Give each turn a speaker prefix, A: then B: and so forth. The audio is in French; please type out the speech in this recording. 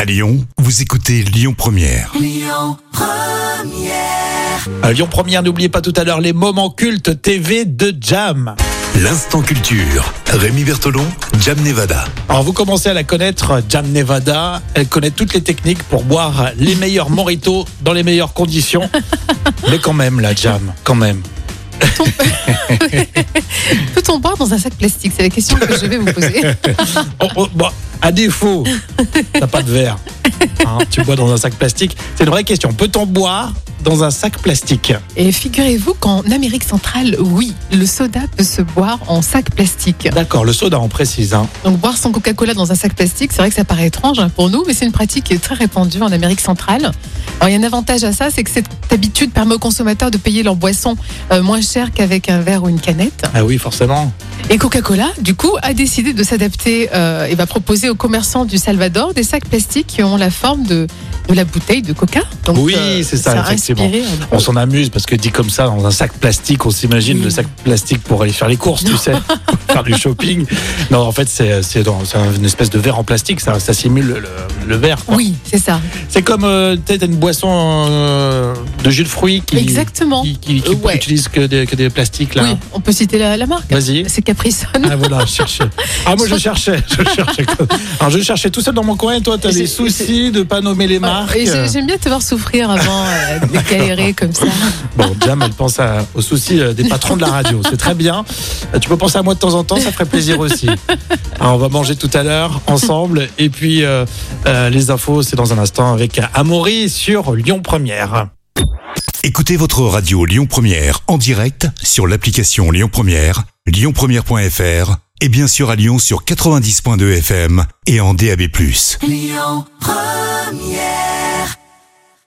A: À Lyon, vous écoutez Lyon Première.
B: À Lyon Première, n'oubliez pas tout à l'heure les moments cultes TV de Jam.
A: L'instant culture. Rémi Bertolon, Jam Nevada.
B: Alors vous commencez à la connaître, Jam Nevada. Elle connaît toutes les techniques pour boire les meilleurs moritos dans les meilleures conditions. Mais quand même, la Jam, quand même.
C: Peut-on boire dans un sac plastique C'est la question que je vais vous poser.
B: Oh, oh, bon, à défaut, t'as pas de verre. Hein, tu bois dans un sac plastique. C'est une vraie question. Peut-on boire dans un sac plastique
C: Et figurez-vous qu'en Amérique centrale, oui, le soda peut se boire en sac plastique.
B: D'accord, le soda, on précise. hein.
C: Donc boire son Coca-Cola dans un sac plastique, c'est vrai que ça paraît étrange hein, pour nous, mais c'est une pratique qui est très répandue en Amérique centrale. Alors il y a un avantage à ça, c'est que cette habitude permet aux consommateurs de payer leur boisson euh, moins cher qu'avec un verre ou une canette.
B: Ah oui, forcément.
C: Et Coca-Cola, du coup, a décidé de s'adapter euh, et va proposer aux commerçants du Salvador des sacs plastiques qui ont la forme de, de la bouteille de Coca. Donc, euh,
B: Oui, c'est ça,
C: a
B: effectivement.
C: inspiré euh, un peu.
B: On s'en amuse parce que dit comme ça, dans un sac plastique, on s'imagine
C: Oui.
B: le sac plastique pour aller faire les courses, tu sais, faire du shopping. Non, en fait, c'est c'est dans c'est une espèce de verre en plastique, ça, ça simule le, le verre. quoi.
C: Oui, c'est ça.
B: C'est comme euh, tu sais, t'as une boisson euh, de jus de fruits qui,
C: Exactement.
B: qui, qui- qui
C: Euh, ouais.
B: utilise que des, que des plastiques là.
C: Oui, on peut citer la, la marque.
B: Vas-y.
C: C'est Capricorne.
B: Ah voilà, je cherchais. Ah moi je cherchais, je cherchais. Alors je cherchais tout seul dans mon coin et toi t'as
C: Et
B: des
C: c'est-
B: soucis de pas nommer les marques.
C: Et j'ai- J'aime bien te voir souffrir avant euh, de galérer comme ça.
B: Bon, Jam, elle pense à- aux soucis euh, des patrons de la radio. C'est très bien. Euh, Tu peux penser à moi de temps en temps, ça ferait plaisir aussi. Alors, on va manger tout à l'heure ensemble. Et puis, euh, euh, les infos, c'est dans un instant avec Amaury sur Lyon Première.
A: Écoutez votre radio Lyon Première en direct sur l'application Lyon Première, lyonpremière.fr et bien sûr à Lyon sur 90.2 FM et en DAB+.